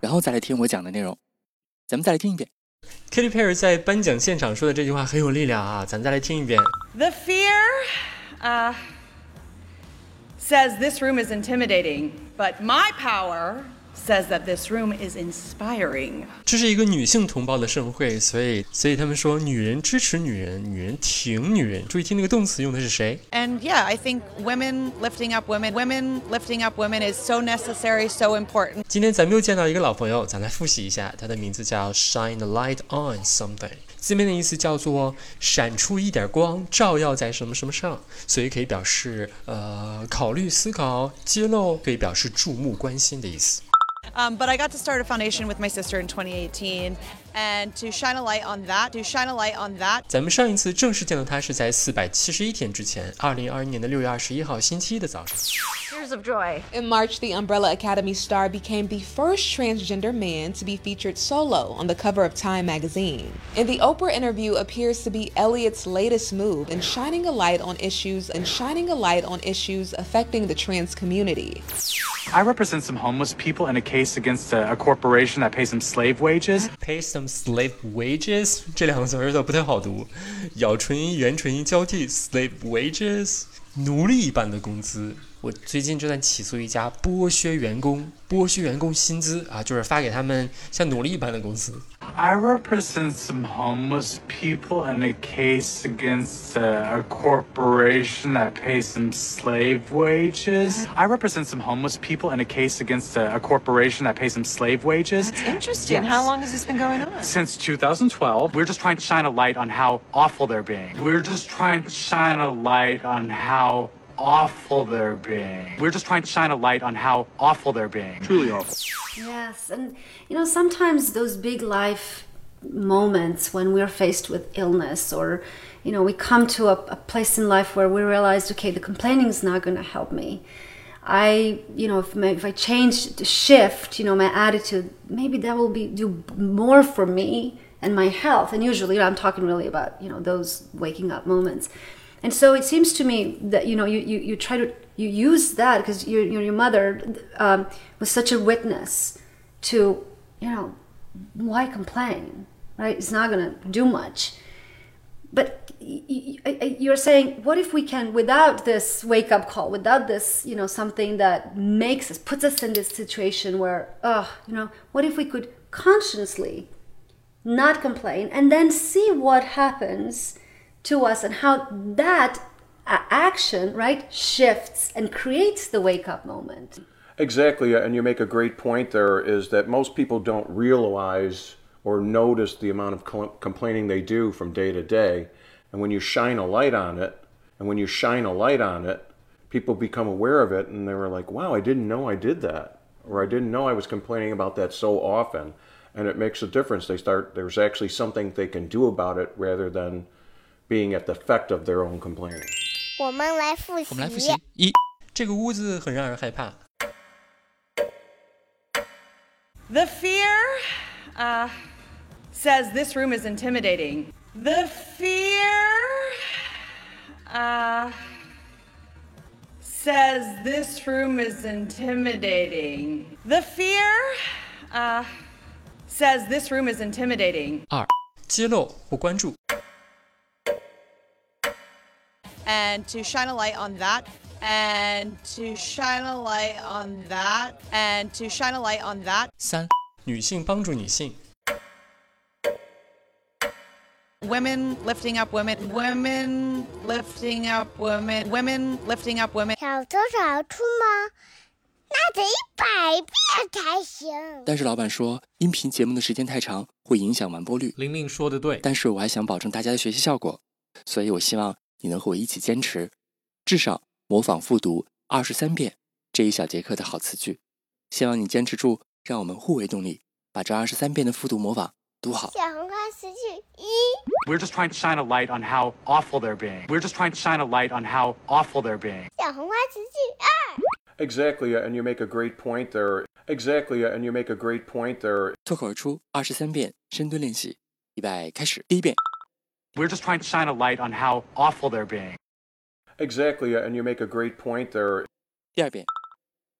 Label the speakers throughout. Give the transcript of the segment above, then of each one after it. Speaker 1: 然后再来听我讲的内容。咱们再来听一遍。
Speaker 2: Katy Perry 在颁奖现场说的这句话很有力量啊，咱们再来听一遍。
Speaker 3: The fear uh, says this room is intimidating, but my power says that this room is inspiring.
Speaker 2: 这是一个女性同胞的盛会，所以所以他们说女人支持女人，女人挺女人。注意听那个动词用的是谁？
Speaker 3: And yeah, I think women lifting up women, women lifting up women is so necessary, so important.
Speaker 2: 今天咱们又见到一个老朋友，咱来复习一下，他的名字叫 Shine a light on something，字面的意思叫做闪出一点光，照耀在什么什么上，所以可以表示呃考虑、思考、揭露，可以表示注目、关心的意思。
Speaker 3: Um, but I got to start a foundation with my sister in 2018, and to shine a light on that, to shine a light on that.
Speaker 2: 咱们上一次正式见到他是在四百七十一天之前，二零二一年的六月二十一号星期一的早上。
Speaker 4: Years of joy.
Speaker 5: In March, the Umbrella Academy star became the first transgender man to be featured solo on the cover of Time magazine. And the Oprah interview appears to be Elliot's latest move in shining a light on issues and shining a light on issues affecting the trans community.
Speaker 6: I represent some homeless people in a case against a, a corporation that pays them slave wages.
Speaker 2: Pay some slave wages，这两个词儿有点不太好读，咬唇音、元唇音交替。Slave wages，奴隶一般的工资。我最近正在起诉一家剥削员工，剥削员工薪资啊，就是发给他们像奴隶一般的工资。
Speaker 6: I represent some homeless people in a case against uh, a, a corporation that pays them slave wages. I represent some homeless people in a case against uh, a, a corporation that pays them slave wages.
Speaker 7: Interesting. How long has this been going on?
Speaker 6: Since 2012, we're just trying to shine a light on how awful they're being. We're just trying to shine a light on how awful they're being. We're just trying to shine a light on how awful they're being. Truly awful.
Speaker 4: Yes, and you know, sometimes those big life moments when we're faced with illness or you know, we come to a, a place in life where we realize, okay, the complaining is not going to help me. I, you know, if, my, if I change to shift, you know, my attitude, maybe that will be do more for me and my health. And usually, I'm talking really about you know those waking up moments. And so it seems to me that you know you, you, you try to you use that because your your your mother um, was such a witness to you know why complain right? It's not going to do much. But y- y- y- you're saying, what if we can, without this wake up call, without this, you know, something that makes us, puts us in this situation where, oh, you know, what if we could consciously not complain and then see what happens to us and how that uh, action, right, shifts and creates the wake up moment?
Speaker 8: Exactly, uh, and you make a great point there is that most people don't realize or notice the amount of com- complaining they do from day to day. And when you shine a light on it, and when you shine a light on it, people become aware of it and they were like, wow, I didn't know I did that. Or I didn't know I was complaining about that so often. And it makes a difference. They start, there's actually something they can do about it rather than being at the effect of their own complaining.
Speaker 9: 我们来复习。
Speaker 2: 我们来复习一，这个屋子很让人害怕。
Speaker 3: The fear uh, says this room is intimidating. The fear uh, says this room is intimidating. The fear uh, says this room is intimidating.
Speaker 2: 二，揭露或关注。
Speaker 3: And to shine a light on that. And to shine a light on that. And to shine a light on that.
Speaker 2: 三，女性帮助女性。
Speaker 3: Women lifting up women. Women lifting up women. Women lifting up women.
Speaker 9: 小偷小兔吗？那得一百遍才行。
Speaker 1: 但是老板说，音频节目的时间太长，会影响完播率。
Speaker 2: 玲玲说的对，
Speaker 1: 但是我还想保证大家的学习效果，所以我希望你能和我一起坚持，至少模仿复读二十三遍这一小节课的好词句。希望你坚持住，让我们互为动力，把这二十三遍的复读模仿读好。
Speaker 9: 小红花词句一，
Speaker 6: We're just trying to shine a light on how awful they're being. We're just trying to shine a light on how awful they're being.
Speaker 9: 小红花词句二，
Speaker 8: Exactly, and you make a great point there. Exactly, and you make a great point there.
Speaker 1: 脱口而出二十三遍深蹲练习，预备开始。第一遍，
Speaker 6: We're just trying to shine a light on how awful they're being.
Speaker 8: Exactly, and you make a great point there.
Speaker 1: 第二遍，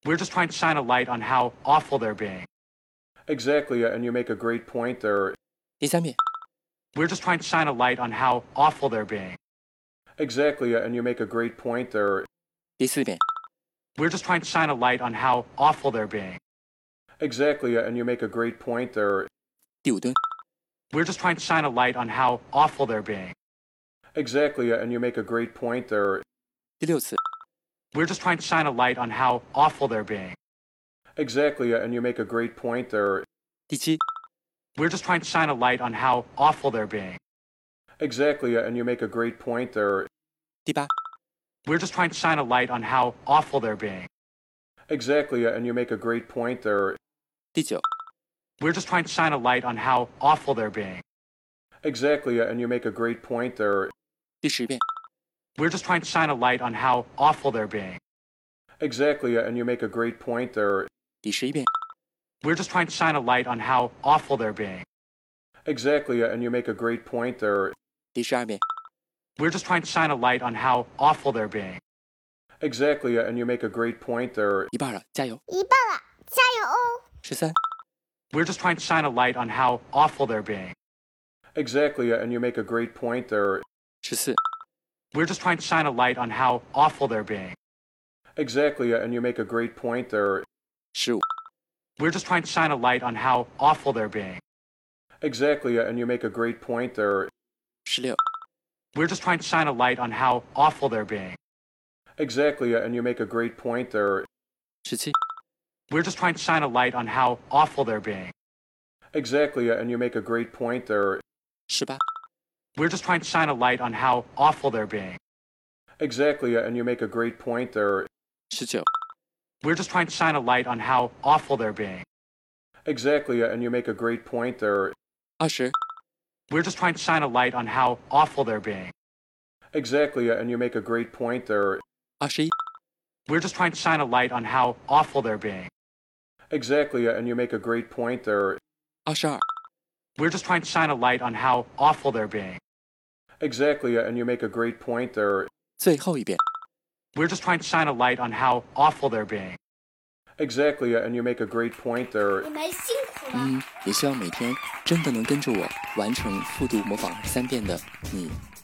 Speaker 6: We're just trying to shine a light on how awful they're being.
Speaker 8: Exactly, and you make a great point there.
Speaker 1: 第三遍，
Speaker 6: We're just trying to shine a light on how awful they're being.
Speaker 8: Exactly, and you make a great point there.
Speaker 1: 第四遍，
Speaker 6: We're just trying to shine a light on how awful they're being.
Speaker 8: Exactly, and you make a great point there.
Speaker 1: 第五蹲，
Speaker 6: We're just trying to shine a light on how awful they're being.
Speaker 8: Exactly, and you make a great point there.
Speaker 1: 第六次，
Speaker 6: We're just trying to shine a light on how awful they're being.
Speaker 8: Exactly, and you make a great point there.
Speaker 1: 第七，
Speaker 6: We're just trying to shine a light on how awful they're being.
Speaker 8: Exactly, and you make a great point there.
Speaker 1: 第八，
Speaker 6: We're just trying to shine a light on how awful they're being.
Speaker 8: Exactly, and you make a great point there.
Speaker 1: 第九，
Speaker 6: We're just trying to shine a light on how awful they're being.
Speaker 8: Exactly, and you make a great point there.
Speaker 1: 第十遍，
Speaker 6: We're just trying to shine a light on how awful they're being.
Speaker 8: Exactly, and you make a great point there.
Speaker 1: 第十一遍，
Speaker 6: We're just trying to shine a light on how awful they're being.
Speaker 8: Exactly, and you make a great point there.
Speaker 1: 第十二遍，
Speaker 6: We're just trying to shine a light on how awful they're being.
Speaker 8: Exactly, and you make a great point there.
Speaker 1: 一半了，加油！
Speaker 9: 一半了，加油哦！
Speaker 1: 十三、
Speaker 6: We're just trying to shine a light on how awful they're being.
Speaker 8: Exactly, and you make a great point there.
Speaker 1: 十四、
Speaker 6: We're just trying to shine a light on how awful they're being.
Speaker 8: Exactly, and you make a great point there.
Speaker 1: 十五、
Speaker 6: We're just trying to shine a light on how awful they're being.
Speaker 8: Exactly, and you make a great point there.
Speaker 1: 十六、
Speaker 6: We're just trying to shine a light on how awful they're being.
Speaker 8: Exactly, and you make a great point there.
Speaker 1: 十七、
Speaker 6: We're just trying to shine a light on how awful they're being.
Speaker 8: Exactly, and you make a great point there.
Speaker 1: 十八、
Speaker 6: We're just trying to shine a light on how awful they're being.
Speaker 8: Exactly, and you make a great point there.
Speaker 1: 十九、
Speaker 6: We're just trying to shine a light on how awful they're being.
Speaker 8: Exactly, and you make a great point there.
Speaker 1: 二十、
Speaker 6: We're just trying to shine a light on how awful they're being.
Speaker 8: Exactly, and you make a great point there.
Speaker 1: 二十一、
Speaker 6: We're just trying to shine a light on how awful they're being.
Speaker 8: Exactly, and you make a great point there.
Speaker 1: 二十二、
Speaker 6: We're just trying to shine a light on how awful they're being.
Speaker 8: Exactly, and you make a great point there.
Speaker 1: 最后一遍。
Speaker 6: We're just trying to shine a light on how awful they're being.
Speaker 8: Exactly, and you make a great point
Speaker 2: 嗯
Speaker 8: there.
Speaker 9: 你们辛苦了。
Speaker 1: 嗯，也希望每天真的能跟着我完成复读模仿二十三遍的你，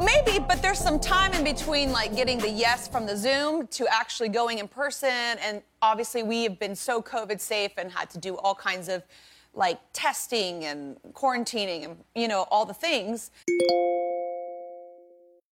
Speaker 3: Maybe, but there's some time in between, like getting the yes from the Zoom to actually going in person. And obviously, we have been so COVID safe and had to do all kinds of like testing and quarantining and, you know, all the things.